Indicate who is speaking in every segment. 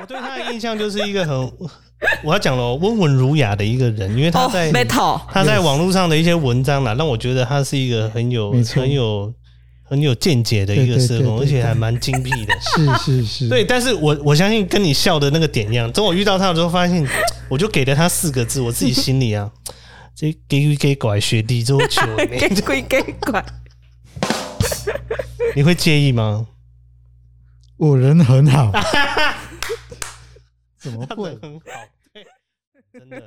Speaker 1: 我对他的印象就是一个很，我要讲了哦，温文儒雅的一个人，因为他
Speaker 2: 哦
Speaker 1: 在、
Speaker 2: ，metal，
Speaker 1: 他在网络上的一些文章啦，让我觉得他是一个很有
Speaker 3: 没错
Speaker 1: 很有很有见解的一个
Speaker 3: 对对
Speaker 1: 社工，
Speaker 3: 对对
Speaker 1: 而且还
Speaker 3: 对
Speaker 1: 蛮精辟的。
Speaker 3: 是是是，
Speaker 1: 对，但是我我相信跟你笑的那个点一样。等我遇到他的时候，发现我就给了他四个字，我自己心里啊， 这给给拐雪地周球，
Speaker 2: 给鬼给拐，
Speaker 1: 你会介意吗？
Speaker 3: 我人很 好，怎么
Speaker 1: 对，
Speaker 3: 会？
Speaker 1: 很好，对，真 的。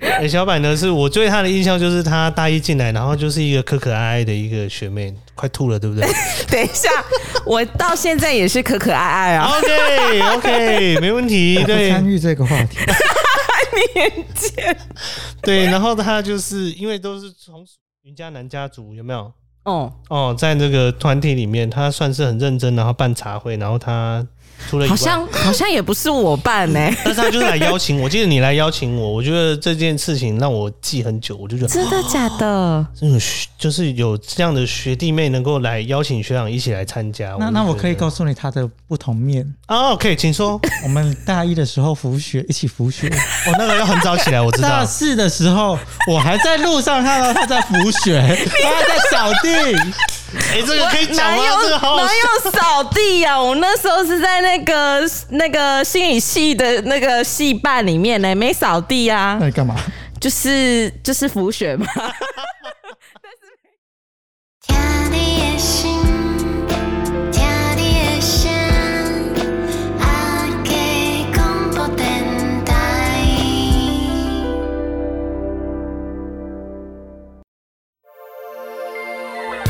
Speaker 1: 哎，小柏呢？是我对他的印象就是他大一进来，然后就是一个可可爱爱的一个学妹，快吐了，对不 对
Speaker 2: 等一下，我到现在也是可可爱爱啊，
Speaker 1: ？OK OK，没问题。
Speaker 3: 不
Speaker 1: 对
Speaker 3: 参与这个话 题，
Speaker 2: 年见，
Speaker 1: 对，然后他就是因为都是从云嘉南家族，有没有？
Speaker 2: 哦，
Speaker 1: 哦，在这个团体里面，他算是很认真，然后办茶会，然后他除了以
Speaker 2: 嗯好
Speaker 1: 外，
Speaker 2: 像好像也不是我办呢、
Speaker 1: 但是他就是来邀请我。我记得你来邀请我，我觉得这件事情让我记很久，我就 觉得
Speaker 2: 真的假的？
Speaker 1: 这种学就是有这样的学弟妹能够来邀请学长一起来参加。
Speaker 3: 那那我可以告
Speaker 1: 诉
Speaker 3: 诉你他的不同面。
Speaker 1: 哦，可以，请说。
Speaker 3: 我们大一的时候浮雪，一起浮雪。
Speaker 1: 哦，那个要很早起来，我知
Speaker 3: 大
Speaker 1: 道。
Speaker 3: 四的时候，我还在路上看到他在浮 雪，他在扫地。
Speaker 1: 哎、这个可以讲
Speaker 2: 哪
Speaker 1: 吗？
Speaker 2: 有
Speaker 1: 这个好好
Speaker 2: 哪
Speaker 1: 笑。
Speaker 2: 有扫地呀、我那时候是在那个那个心理系的那个系办里面呢、没扫地啊
Speaker 3: 那，你干嘛？
Speaker 2: 就是就是浮雪嘛。
Speaker 4: 家里的心，家里的声，阿给广播电台。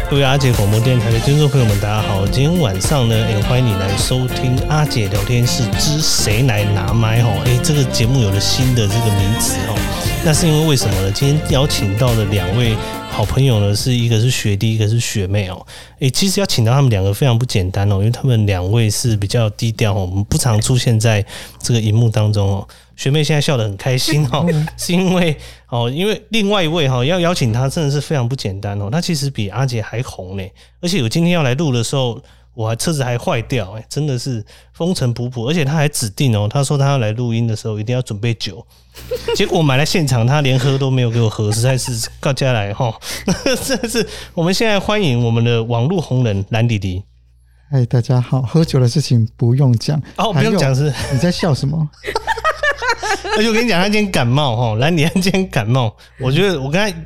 Speaker 1: 各位阿姐广播电台的听众朋友们，大家好！今天晚上呢，也、欢迎你来收听阿姐聊天室之谁来拿麦哦。哎、这个节目有了新的这个名词哦，那是因为为什么呢？今天邀请到的两位好朋友呢，是一个是学弟，一个是学妹哦。哎、其实要请到他们两个非常不简单哦，因为他们两位是比较低调哦，我们不常出现在这个荧幕当中哦。学妹现在笑得很开心哦， 是因为哦，因为另外一位哈、要邀请她真的是非常不简单哦，她其实比阿杰还红呢，而且我今天要来录的时候，我还车子还坏掉哎、真的是风尘仆仆，而且她还指定哦，她说她要来录音的时候一定要准备酒， 结果买来现场她连喝都没有给我喝，实在是告家来哈、 真的是我们现在欢迎我们的网络红人蓝弟弟
Speaker 3: 嗨，哎大家好，喝酒的事情不用讲
Speaker 1: 哦，不用讲，是，
Speaker 3: 还有你在笑什么？
Speaker 1: 而且我跟你讲，他今天感冒哈，兰迪他今天感冒，
Speaker 3: 嗯
Speaker 1: 我觉得我跟他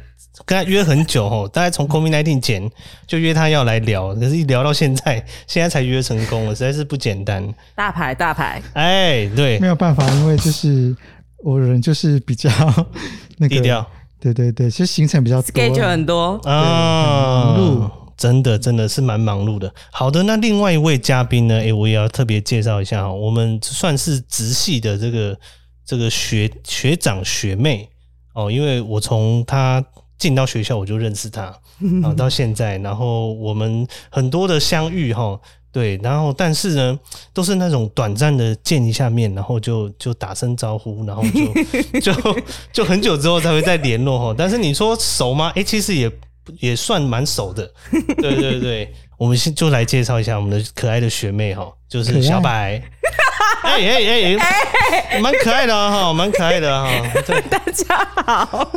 Speaker 1: 跟他约很久哦，大概从 COVID 1 9前就约他要来聊，可是一聊到现在，现在才约成功了，实在是不简单。
Speaker 2: 大牌大牌，
Speaker 1: 哎，对
Speaker 3: 没，有办法，因为就是我人就是比较 那个
Speaker 1: 低调
Speaker 3: 对对对，其实行程比较多
Speaker 2: schedule 很多，
Speaker 1: 啊，
Speaker 3: 很忙碌
Speaker 1: 真的真的是蛮忙碌的。好的，那另外一位嘉宾呢？哎、我也要特别介绍一下哈，我们算是直系的这个这个学学长学妹哦，因为我从他进到学校我就认识 他，然后到现在，然后我们很多的相遇哈。对，然后但是呢，都是那种短暂的见一下面，然后就就打声招呼，然后就 就就很久之后才会再联络哈。但是你说熟吗？诶，其实也也算蛮熟的。对对对，我们先就来介绍一下我们的可爱的学妹哈，就是小白。哎哎哎哎，蛮可爱的哦哈、蛮可爱的哈、对，
Speaker 2: 大 家好，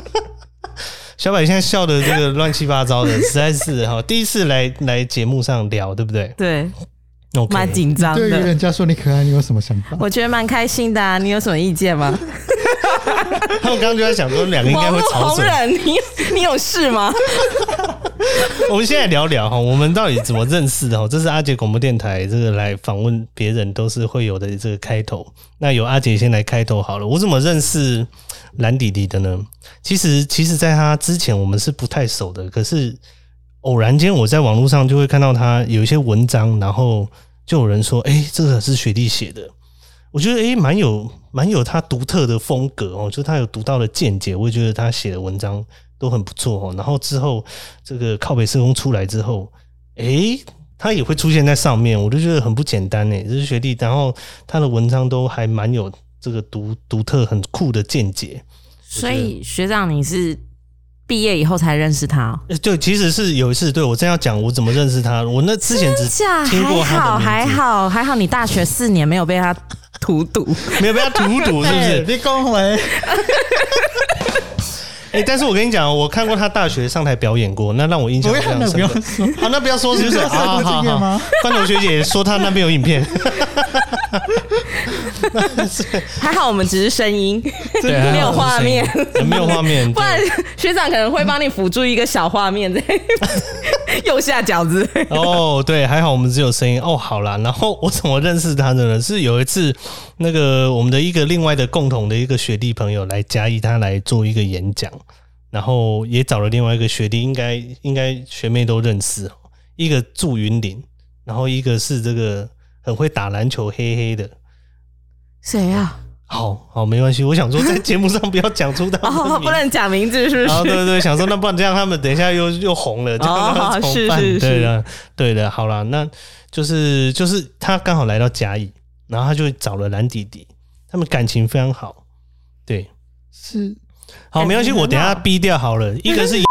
Speaker 1: 小白现在笑的这个乱七八糟的，实在是哈、第一次来来节目上聊，对不对？
Speaker 2: 对，
Speaker 1: o k
Speaker 2: 蛮紧张
Speaker 3: 对于
Speaker 2: 的。
Speaker 3: 人家说你可爱，你有什么想法？
Speaker 2: 我觉得蛮开心的啊，你有什么意见吗？
Speaker 1: 他们刚刚就在想说两个应该
Speaker 2: 网
Speaker 1: 会
Speaker 2: 络
Speaker 1: 吵
Speaker 2: 红
Speaker 1: 嘴。
Speaker 2: 人，你你有事 吗？
Speaker 1: 我们现在聊聊哈，我们到底怎么认识的哈？这是阿杰广播电台这个来访问别人都是会有的这个开头。那由阿杰先来开头好了。我怎么认识蓝弟弟的呢？其实，其实在他之前我们是不太熟的，可是偶然间我在网络上就会看到他有一些文章，然后就有人说：“哎、这个是学弟写的。”我觉得诶，蛮、有蛮有他独特的风格哦，就他有独到的见解，我也觉得他写的文章都很不错哦。然后之后这个靠北社工出来之后，诶、他也会出现在上面，我就觉得很不简单诶，这是学弟，然后他的文章都还蛮有这个独独特很酷的见解。
Speaker 2: 所以学长，你是毕业以后才认识他、哦，
Speaker 1: 呃就其实是有一次，对我真要讲我怎么认识他，我那之前只
Speaker 2: 假
Speaker 1: 听过
Speaker 2: 啊还
Speaker 1: 他
Speaker 2: 好
Speaker 1: 的
Speaker 2: 还
Speaker 1: 名
Speaker 2: 好还好，你大学四年没有被他荼毒，
Speaker 1: 字，没有被他荼毒，是不
Speaker 3: 哎
Speaker 1: 是？
Speaker 3: 你恭维，
Speaker 1: 哎、但是我跟你讲，我看过他大学上台表演过，那让我印象
Speaker 3: 不
Speaker 1: 非
Speaker 3: 要
Speaker 1: 常
Speaker 3: 了，不
Speaker 1: 深
Speaker 3: 要
Speaker 1: 刻。
Speaker 3: 说。
Speaker 1: 好，那不要说是不啊是？
Speaker 3: 你是说
Speaker 1: 好
Speaker 3: 上过
Speaker 1: 好
Speaker 3: 这个
Speaker 1: 好
Speaker 3: 吗，
Speaker 1: 关头学姐说她那边有影 片，
Speaker 2: 还好我们只是声音，
Speaker 1: 对还好
Speaker 2: 没有
Speaker 1: 我是
Speaker 2: 画
Speaker 1: 声音
Speaker 2: 面，
Speaker 1: 没有画面，
Speaker 2: 不然
Speaker 1: 对
Speaker 2: 学长可能会帮你辅助一个小画面在 右下角子。
Speaker 1: 哦，对，还好我们只有声音。哦，好啦，然后我怎么认识他的呢？是有一次，那个我们的一个另外的共同的一个学弟朋友来嘉义，他来做一个演讲，然后也找了另外一个学弟，应该应该学妹都认识哦，一个住云林，然后一个是这个很会打篮球黑黑的。
Speaker 2: 谁啊？
Speaker 1: 好好，没关系，我想说在节目上不要讲出他们的
Speaker 2: 哦，
Speaker 1: 名
Speaker 2: 不
Speaker 1: 字。
Speaker 2: 能讲名字是不
Speaker 1: 然啊 后对
Speaker 2: 是？
Speaker 1: 对对，想说那不然这样，他们等一下又又红了，这样
Speaker 2: 哦
Speaker 1: 要怎么办？
Speaker 2: 是是
Speaker 1: 对
Speaker 2: 是
Speaker 1: 的，啊对的，好啦，那就是就是他刚好来到嘉义，然后他就找了蓝弟弟，他们感情非常好，对，
Speaker 3: 是
Speaker 1: 好，没关系，
Speaker 2: 感情很好
Speaker 1: 我等一下逼掉好 了，一个是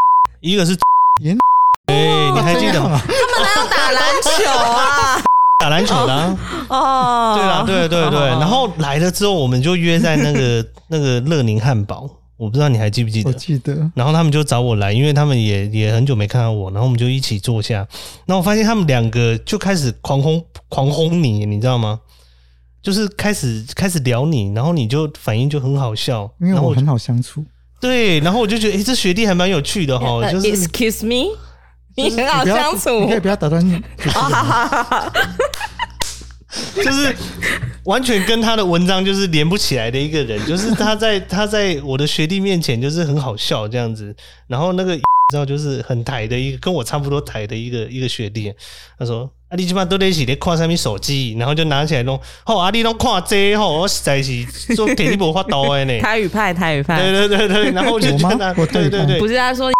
Speaker 1: 一个是
Speaker 3: 严，
Speaker 2: 啊
Speaker 1: 对，你还记
Speaker 3: 这
Speaker 1: 得
Speaker 2: 哦
Speaker 3: 样
Speaker 1: 吗
Speaker 3: 啊？
Speaker 2: 不能打篮球 啊！
Speaker 1: 打篮球的啊，
Speaker 2: 哦，
Speaker 1: 对啊啦，对对对，
Speaker 2: 哦
Speaker 1: 然后来了之后，我们就约在那个 那个乐宁汉堡，我不知道你还记不记
Speaker 3: 我
Speaker 1: 得？
Speaker 3: 记得，
Speaker 1: 然后他们就找我来，因为他们也也很久没看到我，然后我们就一起坐下。然后我发现他们两个就开始狂轰狂轰你，你知道吗？就是开始开始聊你，然后你就反应就很好笑，
Speaker 3: 因为
Speaker 1: 然后
Speaker 3: 我
Speaker 1: 我就
Speaker 3: 很好相处。
Speaker 1: 对，然后我就觉得，诶，这学弟还蛮有趣的哈，
Speaker 2: 呃
Speaker 1: 哦就是
Speaker 2: Excuse me，你很好
Speaker 3: 不要
Speaker 2: 相
Speaker 3: 你可以
Speaker 2: 处。。
Speaker 3: 不要打断主持人吗。
Speaker 1: 就是完全跟他的文章就是连不起来的一个人，就是他在他在我的学弟面前就是很好笑这样子，然后那个你知道就是很抬的一个跟我差不多抬的一个一个学弟，他说。啊，你基本都在一起在看上面手机，然后就拿起来弄。吼、啊，你拢看这吼、我实在是做给你无法度的呢
Speaker 2: 台语派，台语派，
Speaker 1: 对对对对，然后我就觉
Speaker 3: 我
Speaker 1: 得
Speaker 3: 吗，我
Speaker 1: 对
Speaker 3: 对
Speaker 1: 对
Speaker 3: 方
Speaker 1: 对
Speaker 2: 不，是他说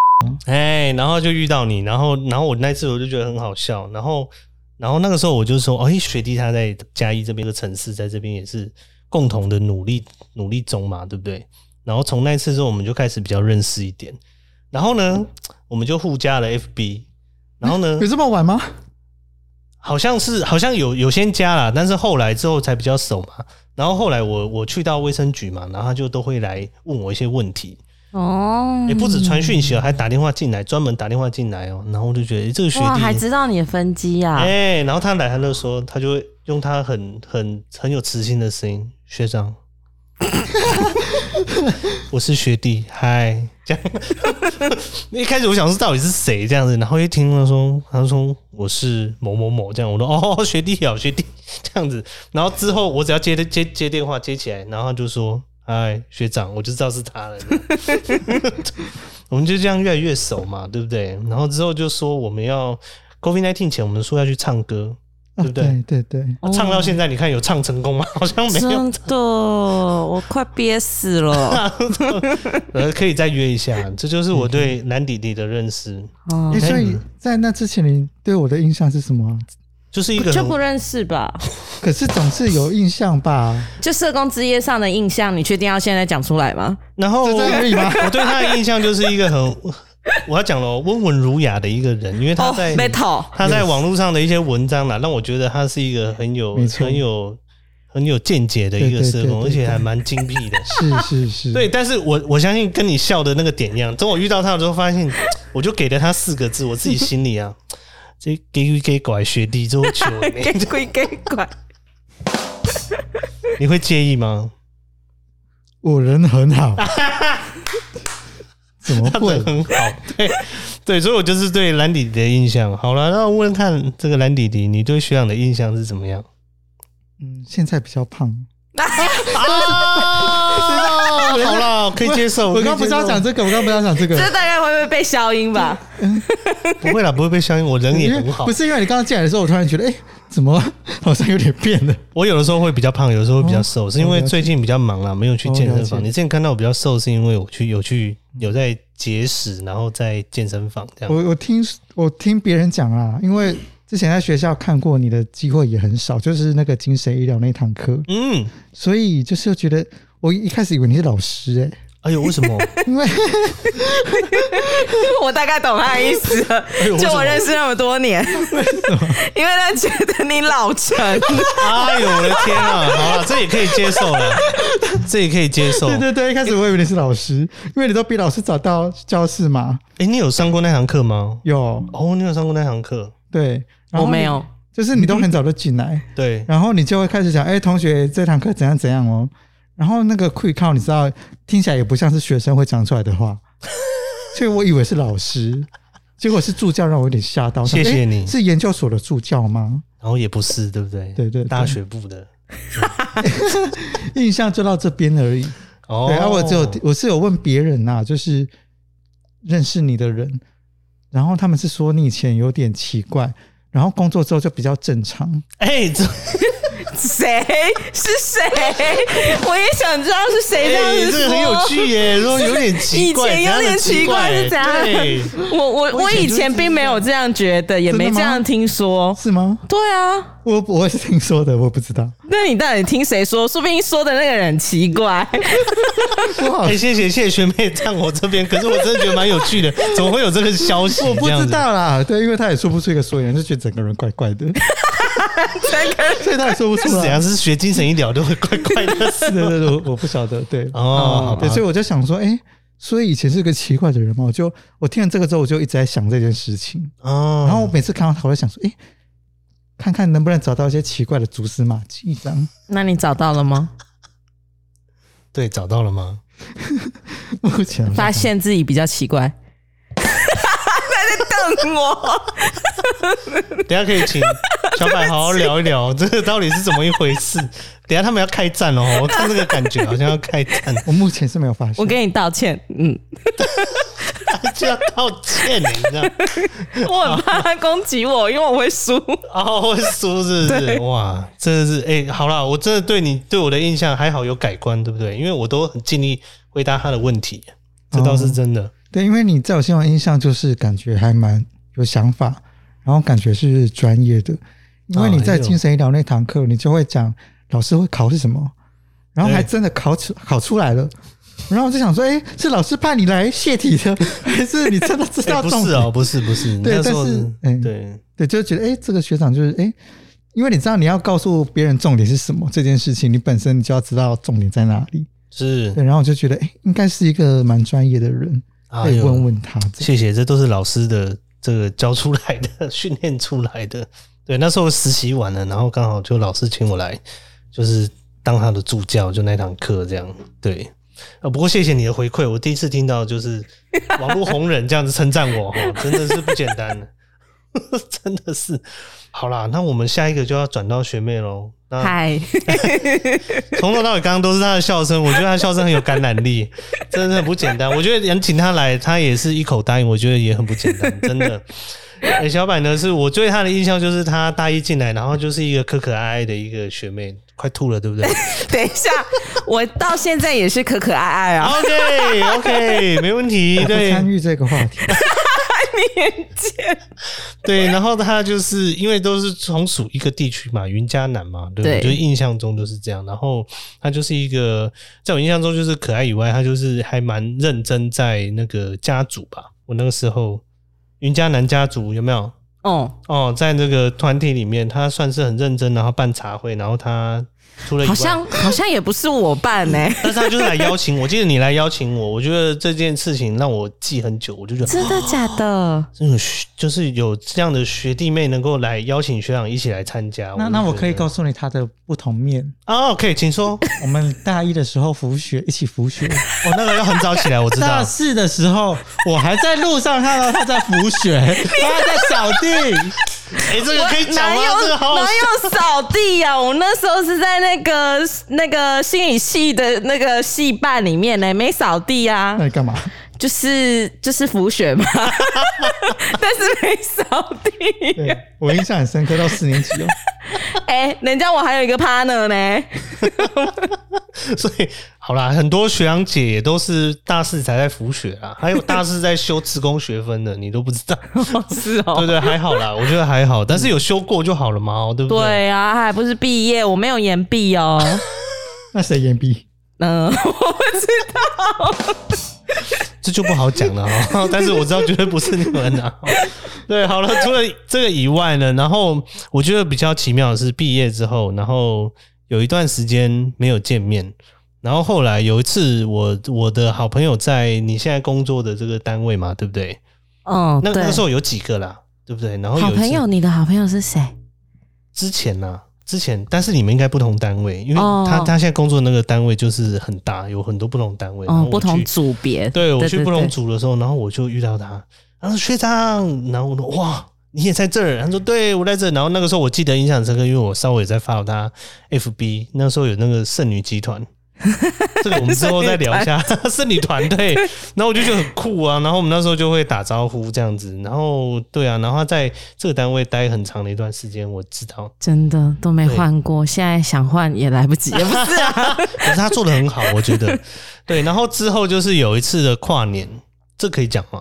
Speaker 1: 哎，然后就遇到你，然后然后我那次我就觉得很好笑，然后然后那个时候我就说，哎、学弟他在嘉义这边的城市，在这边也是共同的努力努力中嘛，对不对？然后从那次之后，我们就开始比较认识一点，然后呢，我们就互加了 FB，然后呢
Speaker 3: 有，这么晚吗？
Speaker 1: 好像是好像有有先加啦，但是后来之后才比较熟嘛。然后后来我我去到卫生局嘛，然后他就都会来问我一些问题，
Speaker 2: 哦
Speaker 1: 也、不止传讯息哦，还打电话进来，专门打电话进来哦。然后我就觉得、诶这个学
Speaker 2: 哇，还
Speaker 1: 弟，
Speaker 2: 知道你的分机啊
Speaker 1: 哎、？然后他来，他就说，他就会用他很很很有磁性的声音，学长， 我是学弟，嗨， 这样。一开始我想说到底是谁这样子，然后一听他说，他说我是某某某这样，我说哦，学弟好，学弟这样子。然后之后我只要接接接电话接起来，然后他就说嗨，学长，我就知道是他了。 我们就这样越来越熟嘛，对不对？然后之后就说我们要 COVID nineteen 前，我们说要去唱歌，
Speaker 3: 啊
Speaker 1: 对不对？
Speaker 3: 对对对，
Speaker 2: 哦
Speaker 1: 唱到现在，你看有唱成功吗？ 好像没有，
Speaker 2: 真的，我快憋 死了。
Speaker 1: 呃，可以再约一下。这就是我对男弟弟的认识，
Speaker 2: 嗯
Speaker 3: 诶所以在那之前，你对我的印象是什么啊？
Speaker 1: 就是一个
Speaker 2: 就
Speaker 1: 很
Speaker 2: 不认识吧？
Speaker 3: 可是总是有印 象吧？
Speaker 2: 就社工之夜上的印象，你确定要现在讲出来吗？
Speaker 1: 然后
Speaker 3: 就这样而已吗
Speaker 1: 我对他的印象就是一个很，我要讲了，温文儒雅的一个人，因为他
Speaker 2: 哦
Speaker 1: 在、
Speaker 2: ，battle，
Speaker 1: 他在网络上的一些文章啦，让我觉得他是一个很有
Speaker 3: 没错
Speaker 1: 很有很有见解的一个
Speaker 3: 对对
Speaker 1: 社工，
Speaker 3: 对对
Speaker 1: 而且
Speaker 3: 对
Speaker 1: 还蛮精辟的。
Speaker 3: 是是是，
Speaker 1: 对，，但是我我相信跟你笑的那个点一样。等我遇到他的时候，发 现我就给了他四个字，我自己心里 啊，这给给拐学弟之后求
Speaker 2: 给
Speaker 1: 你，
Speaker 2: 鬼给拐，
Speaker 1: 你会介意吗？
Speaker 3: 我人很好，怎么
Speaker 1: 对，
Speaker 3: 会？
Speaker 1: 很好，对对，所以我就是对蓝弟弟的印象。好了，那我问看这个蓝弟弟，你对学长的印象是怎么样？
Speaker 3: 嗯，现在比较胖。
Speaker 1: 啊，好了，可以接受。
Speaker 3: 我刚不是要讲
Speaker 1: 这，
Speaker 3: 这个，我刚不是要讲这
Speaker 2: 这
Speaker 3: 个，
Speaker 2: 大概会不会被消 音吧？
Speaker 1: 不会啦，不会被消音，我人也
Speaker 3: 因为
Speaker 1: 很好
Speaker 3: 不。是因为你刚刚进来的时候，我突然觉得，哎，怎么好像有点变 了？
Speaker 1: 我有的时候会比较胖，有的时候会比较瘦，
Speaker 3: 哦
Speaker 1: 是因为
Speaker 3: 了解
Speaker 1: 最近比较忙啦，没有去健身
Speaker 3: 哦了
Speaker 1: 房。
Speaker 3: 解
Speaker 1: 你之前看到我比较瘦，是因为我去有去有在节食，然后在健身房这样。
Speaker 3: 我我听我听别人讲啦，因为之前在学校看过你的机会也很少，就是那个精神医疗那一堂课，
Speaker 1: 嗯，
Speaker 3: 所以就是觉得我一开始以为你是老师哎、
Speaker 1: 哎呦，为什么？
Speaker 2: 我大概懂他的意思了
Speaker 1: 哎呦为，什
Speaker 2: 就
Speaker 1: 么
Speaker 2: 我认识那么多 年，因为他觉得你老成，
Speaker 1: 哎呦，我的天啊！好了，这也可以接受了，这也可以接受。
Speaker 3: 对对对，一开始我以为你是老师，因为你都比老师早到教室嘛。
Speaker 1: 哎、你有上过那堂课吗？
Speaker 3: 有
Speaker 1: 哦，你有上过那堂课？
Speaker 3: 对，然后
Speaker 2: 我没有
Speaker 3: 你，，就是你都很早就进来，
Speaker 1: 对，
Speaker 3: 然后你就会开始讲，哎、同学，这堂课怎样怎样哦。然后那个 quick call，你知道，听起来也不像是学生会讲出来的 话，所以我以为是老师，结果是助教，让我有点吓到。
Speaker 1: 谢谢
Speaker 3: 哎
Speaker 1: 你
Speaker 3: 是研究所的助教吗？
Speaker 1: 然后也不是，对不对？
Speaker 3: 对对对
Speaker 1: 大学部的。
Speaker 3: 印象就到这边而已。
Speaker 1: 哦，
Speaker 3: 对，啊，我只有我是有问别人呐、就是认识你的人，然后他们是说你以前有点奇怪，然后工作之后就比较正常。
Speaker 1: 哎、这
Speaker 2: 谁是谁？我也想知道是谁这
Speaker 1: 哎、这
Speaker 2: 样子
Speaker 1: 个
Speaker 2: 说。
Speaker 1: 很有趣耶，说有点奇怪，
Speaker 2: 以前有点奇怪是
Speaker 1: 怎
Speaker 2: 怎
Speaker 1: 样
Speaker 2: 样
Speaker 1: 的奇怪？
Speaker 2: 我我我以前并没有这样觉得，也没
Speaker 3: 真的
Speaker 2: 这
Speaker 3: 吗
Speaker 2: 样听说。
Speaker 3: 是吗？
Speaker 2: 对啊，
Speaker 3: 我我也是听说的，我不知道。
Speaker 2: 那你到底听谁说？ 说不定说的那个人很奇怪。
Speaker 3: 哦
Speaker 1: 哎、谢谢谢谢学妹站我这边，可是我真的觉得蛮有趣的，怎么会有这个消息？
Speaker 3: 我不
Speaker 1: 这样
Speaker 3: 知
Speaker 1: 子。
Speaker 3: 道啦，对，因为他也说不出一个所以然，就觉得整个人怪 怪的，所以他也说不
Speaker 1: 是啊
Speaker 3: 出
Speaker 1: 怎
Speaker 3: 来。
Speaker 1: 样？是学精神医疗都会怪怪的 事
Speaker 3: 对对对，我我不晓得，对，嗯
Speaker 1: 哦好吧
Speaker 3: 对，所以我就想说，哎、所以以前是个奇怪的人嘛，我就我听了这个之后，我就一直在想这件事情，
Speaker 1: 哦。
Speaker 3: 然后我每次看到他，我就想说，哎、看看能不能找到一些奇怪的蛛丝马迹，这样，
Speaker 2: 那你找到了吗？
Speaker 1: 对，找到了吗？
Speaker 3: 目前
Speaker 2: 发现自己比较奇 怪。在瞪我，
Speaker 1: 等一下可以请小柏好好聊一聊，这个到底是怎么一回事？等一下他们要开战哦，我看这个感觉好像要开战，
Speaker 3: 我目前是没有发现，
Speaker 2: 我跟你道歉。嗯，
Speaker 1: 就要道歉了，你知道？
Speaker 2: 我很怕他攻击我，因为我会输。
Speaker 1: 哦，我输是不是？哇，真的是哎、好啦，我真的对你对我的印象还好有改观，对不对？因为我都很尽力回答他的问题，这倒
Speaker 3: 哦
Speaker 1: 是真的。
Speaker 3: 对，因为你在我心中的印象就是感觉还蛮有想法，然后感觉是专业的。因为你在精神医疗那堂课，你就会讲老师会考是什么，然后还
Speaker 1: 对
Speaker 3: 真的考出考出来了。然后我就想说，哎，是老师派你来泄题的，还是你真的知
Speaker 1: 哎
Speaker 3: 道
Speaker 1: 不
Speaker 3: 重
Speaker 1: 是
Speaker 3: 点？
Speaker 1: 哦，不是不是，
Speaker 3: 对
Speaker 1: 那时候
Speaker 3: 但是哎
Speaker 1: 对
Speaker 3: 对，就觉得哎，诶这个学长就是哎，诶因为你知道你要告诉别人重点是什么这件事情，你本身你就要知道重点在哪里。
Speaker 1: 是
Speaker 3: 对，然后我就觉得，哎，应该是一个蛮专业的人，可
Speaker 1: 哎
Speaker 3: 以
Speaker 1: 呦
Speaker 3: 问问他。这样
Speaker 1: 谢谢，这都是老师的这个教出来的、 训练出来的。对，那时候实习完了，然后刚好就老师请我来，就是当他的助教，就那堂课这样。对，啊，不过谢谢你的回馈，我第一次听到 就是网络红人这样子称赞我，哦，真的是不简单的， 真的是。好啦，那我们下一个就要转到学妹喽。那
Speaker 2: 嗨，
Speaker 1: 从头到尾，刚刚都是他的笑声，我觉得他的笑声很有感染力，真的很不简单。我觉得能请他来，他也是一口答应，我觉得也很不简单，真的。哎、小柏呢，是我对他的印象就是他大一进来，然后就是一个可可爱爱的一个学妹，快吐了，对不对
Speaker 2: 等一下，我到现在也是可可爱爱啊。
Speaker 1: ？OK OK，没问题，
Speaker 3: 我不
Speaker 1: 对
Speaker 3: 参与这个话题，
Speaker 1: 对。然后他就是因为都是从属一个地区嘛，云嘉南嘛，对不对，
Speaker 2: 对
Speaker 1: 就是印象中就是这样。然后他就是一个，在我印象中就是可爱以外，他就是还蛮认真在那个家族吧。我那个时候云嘉南家族有没有？
Speaker 2: 哦，
Speaker 1: 哦，在那个团体里面，他算是很认真，然后办茶会，然后他除了以外
Speaker 2: 好像好像也不是我办欸呢、
Speaker 1: 但是他就是来邀请我，记得你来邀请我，我觉得这件事情让我记很久，我就觉得
Speaker 2: 真的假的？
Speaker 1: 这个学就是有这样的学弟妹能够来邀请学长一起来参加，
Speaker 3: 那那我可以告
Speaker 1: 诉
Speaker 3: 诉你他的不同面。
Speaker 1: 哦，可以，请说。我
Speaker 3: 我们大一的时候浮雪，一起浮雪。
Speaker 1: 那个要很早起来，我知
Speaker 3: 大
Speaker 1: 道。
Speaker 3: 四的时候，我还在路上看到他在浮 雪，他还在扫地。
Speaker 1: 哎、这 个可以讲
Speaker 2: 哪
Speaker 1: 吗？
Speaker 2: 有
Speaker 1: 这个好好
Speaker 2: 哪
Speaker 1: 笑。
Speaker 2: 有扫地呀、我那时候是在那个那个心理系的那个系办里面呢、没扫地啊
Speaker 3: 那，你 干嘛？
Speaker 2: 就是就是浮 雪嘛，但是没扫地。
Speaker 3: 对我印象很深刻，到四年级哦。
Speaker 2: 哎、人家我还有一个 partner 呢，
Speaker 1: 所以好啦，很多学长姐也都是大四才在辅学啦，还有大四在修职工学分的，你都不知道。
Speaker 2: 是哦，
Speaker 1: 对对，还好啦，我觉得还好，但是有修过就好了嘛，哦对不？
Speaker 2: 对啊，还不是毕业，我没有延毕哦。
Speaker 3: 那谁眼逼？
Speaker 2: 嗯、 我不知道。
Speaker 1: 这就不好讲了哈。 但是我知道绝对不是你们啊。对，好了，除了这个以外呢，然后我觉得比较奇妙的是，毕业之后，然后有一段时间没有见面，然后后来有一次我，我的好朋友在你现在工作的这个单位嘛，对不对？
Speaker 2: 嗯，
Speaker 1: 那
Speaker 2: 对
Speaker 1: 那时候有几个啦，对不对？然后有
Speaker 2: 好
Speaker 1: 一次
Speaker 2: 朋友，你的好朋友是谁？
Speaker 1: 之前呢、之前，但是你们应该不同单位，因为
Speaker 2: 哦
Speaker 1: 他他现在工作的那个单位就是很大，有很多不同单位，然后
Speaker 2: 哦
Speaker 1: 我，
Speaker 2: 不同
Speaker 1: 去
Speaker 2: 组别。
Speaker 1: 对我去
Speaker 2: 对
Speaker 1: 布隆
Speaker 2: 对
Speaker 1: 族的时候，然后我就遇到他，然后学长，然后我说哇，你也在这儿？他说对，我在这儿。然后那个时候我记得印象很深刻，因为我稍微也在发了他 FB，那时候有那个剩女集团。这个我们之后再聊一下 剩女团队，然后我就觉得很酷啊，然后我们那时候就会打招呼这样子，然后对啊，然后他在这个单位待很长的一段时间，我知道，
Speaker 2: 真的都没换过，现在想换也来不及，也不是啊。
Speaker 1: 可是他做的很好，我觉得，对，然后之后就是有一次的跨年，这可以讲吗？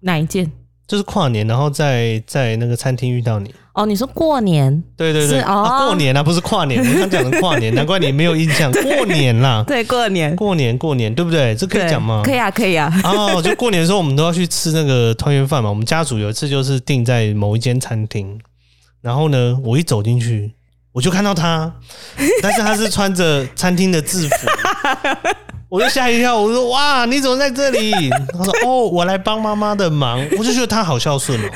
Speaker 2: 哪一件？
Speaker 1: 就是跨年，然后在在那个餐厅遇到你。
Speaker 2: 哦，你说过年？
Speaker 1: 对对对，
Speaker 2: 是哦
Speaker 1: 啊，过年啊，不是跨年，我刚讲的跨年，难怪你没有印 象。过年啦，
Speaker 2: 对，过年
Speaker 1: 过年过年，对不对？这可以讲吗？
Speaker 2: 可以啊，可以啊。
Speaker 1: 哦，就过年的时候，我们都要去吃那个团圆饭嘛。我们家族有一次就是订在某一间餐厅，然后呢，我一走进去，我就看到他，但是他是穿着餐厅的制服，我就吓一跳，我说：“哇，你怎么在这里？”他说：“哦，我来帮妈妈的忙。”我就觉得他好孝顺哦，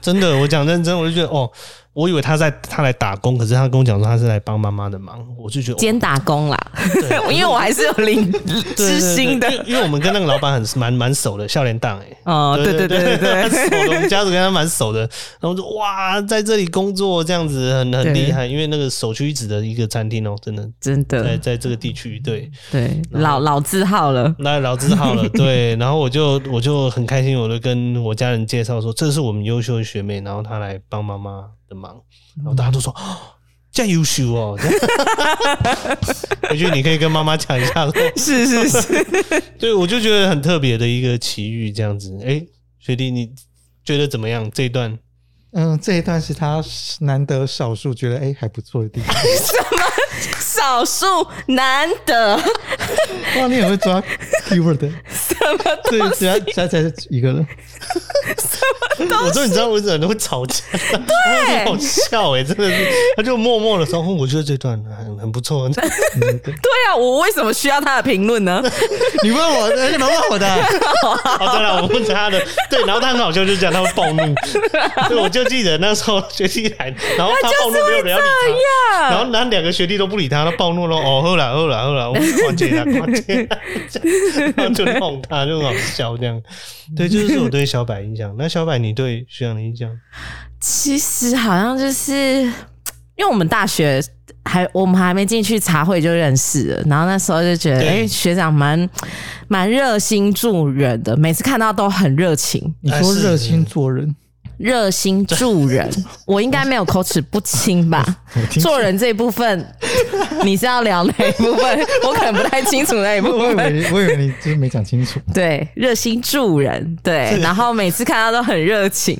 Speaker 1: 真的，我讲认真，我就觉得哦，我以为他在他来打工，可是他跟我讲说他是来帮妈妈的忙，我就觉得哦
Speaker 2: 兼打工啦，
Speaker 1: 对
Speaker 2: 因为我还是有零
Speaker 1: 对对对
Speaker 2: 知心
Speaker 1: 因为
Speaker 2: 的。
Speaker 1: 因为我们跟那个老板很蛮蛮熟的，笑脸档哎。
Speaker 2: 哦，对对对对
Speaker 1: 蛮
Speaker 2: 对，
Speaker 1: 熟的，我们家族跟他蛮熟的。然后我就哇，在这里工作这样子很很
Speaker 2: 对
Speaker 1: 厉害，因为那个首屈一指的一个餐厅哦、真的
Speaker 2: 真
Speaker 1: 在
Speaker 2: 的
Speaker 1: 在这个地区，对，
Speaker 2: 对，老老字 号了。
Speaker 1: 那老字号 了，对。然后我就我就很开心，我就跟我家人介绍说，这是我们优秀的学妹，然后她来帮妈妈的忙，然后大家都说。
Speaker 2: 嗯
Speaker 1: 哦这样优秀哦！ 这样回去你可以跟妈妈讲一下说，
Speaker 2: 是是是，
Speaker 1: 对我就觉得很特别的一个奇遇，这样子。哎、学弟，你觉得怎么样？这一段
Speaker 3: 嗯，这一段是他难得少数觉得哎、还不错的地方。
Speaker 2: 少数难得，
Speaker 3: 哇，你很会抓 keyword，的
Speaker 2: 什么
Speaker 3: 对，只要加起来就一个了。
Speaker 1: 我说你知道为什么会吵架？对，好笑哎、真的是，他就默默的说，哦我觉得这段很很不错。
Speaker 2: 对啊，我为什么需要他的评论呢？
Speaker 3: 你问我，而且能问我的，
Speaker 1: 好，当然我问他的，对，然后他很好笑，就讲他会暴怒。对，我就记得那时候学弟来，然后他暴怒没有人要理他，然后那两个学弟都不理他，他暴怒了，哦，后来后来后来，我们关切他，关切他，然后就弄他，就很好笑这样。对，这就是我对小百印象。那小百，你对徐阳的印象？
Speaker 2: 其实好像就是因为我们大学还我们还没进去茶会就认识了，然后那时候就觉得，
Speaker 1: 对
Speaker 2: 哎、学长蛮蛮热心助人的，每次看到都很热情，
Speaker 3: 你说热心做人，
Speaker 2: 热心助人，我应该没有口齿不清吧？做人这一部分，你是要聊哪一部分？我可能不太清楚那一部
Speaker 3: 哎我以
Speaker 2: 分。
Speaker 3: 为 我以为你就是没讲清楚。
Speaker 2: 对，热心助人，对，然后每次看到都很热情，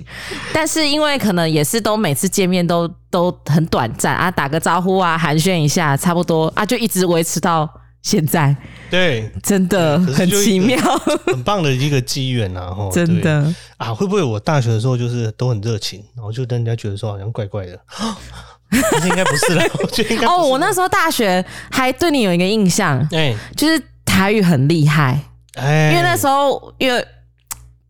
Speaker 2: 但是因为可能也是都每次见面都都很短暂啊，打个招呼啊，寒暄一下，差不多啊，就一直维持到现在，
Speaker 1: 对，
Speaker 2: 真的
Speaker 1: 可是
Speaker 2: 很
Speaker 1: 就一哦
Speaker 2: 奇
Speaker 1: 个
Speaker 2: 妙，
Speaker 1: 很棒的一个机缘啊！吼
Speaker 2: 真
Speaker 1: 对
Speaker 2: 的。
Speaker 1: 啊，会不会我大学的时候就是都很热情，然后就让人家觉得说好像怪怪 的？可是应该不是啦， 我觉得应该不是
Speaker 2: 哦，我那时候大学还对你有一个印象，
Speaker 1: 哎
Speaker 2: 就是台语很厉害，
Speaker 1: 哎，
Speaker 2: 因为那时候因为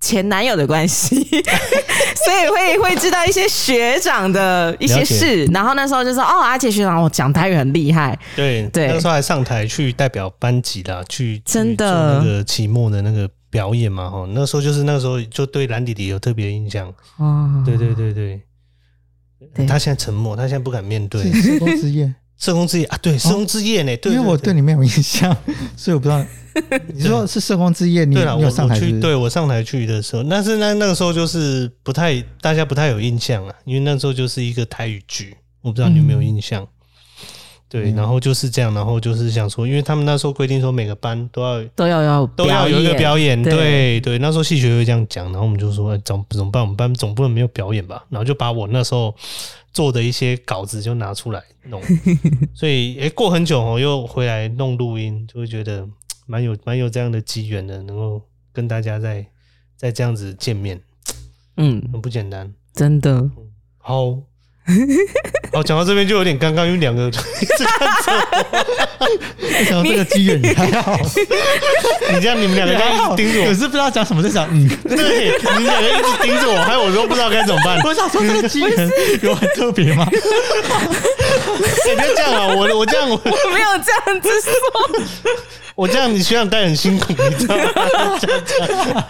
Speaker 2: 前男友的关系， 所以会会知道一些学长的一些事。然后那时候就说：“哦，阿杰学长，我讲台语很厉害。
Speaker 1: 对
Speaker 2: 对
Speaker 1: 那时候还上台去代表班级啦，去
Speaker 2: 真
Speaker 1: 去
Speaker 2: 的
Speaker 1: 做那个期末的那个表演嘛，哈，那时候就是那时候就对蓝弟弟有特别印象，”
Speaker 2: 哦，
Speaker 1: 对对对对。
Speaker 2: 对
Speaker 1: 他现在沉默，他现在不敢面对
Speaker 3: 是社工之夜，
Speaker 1: 社工之夜啊，对社工之夜呢，对，
Speaker 3: 因为 我对你没有印 象，所以我不知道。你说是社工之夜，你
Speaker 1: 对了，
Speaker 3: 你
Speaker 1: 我
Speaker 3: 有上
Speaker 1: 我
Speaker 3: 台是不
Speaker 1: 去
Speaker 3: 是？
Speaker 1: 对我上台去的时候，但是那那个时候就是不太大
Speaker 3: 嗯
Speaker 1: 家不太有印象啊，因为那时候就是一个台语剧，我不知道你有没有印象。对，然后就是这样，然后就是想说，因为他们那时候规定说每个班都要
Speaker 2: 都要要
Speaker 1: 都要有一个表演，
Speaker 2: 对
Speaker 1: 对对。那时候戏学会这样讲，然后我们就说哎怎么怎么办？我们班总不能没有表演吧？然后就把我那时候做的一些稿子就拿出来 弄，所以哎、诶过很久哦，又回来弄录音，就会觉得嘖蛮有蛮有这样的机缘的，能够跟大家在在这样子见面，
Speaker 2: 嗯，
Speaker 1: 很不简单。
Speaker 2: 真 的，
Speaker 1: 好， 好，讲到这边就有点尴尬，因为两个一直看着
Speaker 3: 没想到这个机缘你还好，
Speaker 1: 你这样，你们 两个这样一直盯着
Speaker 3: 我，
Speaker 1: 我
Speaker 3: 可，是不知道讲什么，在想嗯，
Speaker 1: 对，你们两个一直盯着我，害我都不知道该怎么办。
Speaker 3: 我想说这个机缘有很特别吗？
Speaker 1: 你别这样啊， 我我这样我
Speaker 2: 我没有这样子说，
Speaker 1: 我这样，你学长带很辛苦，你 知道吗？这样这样，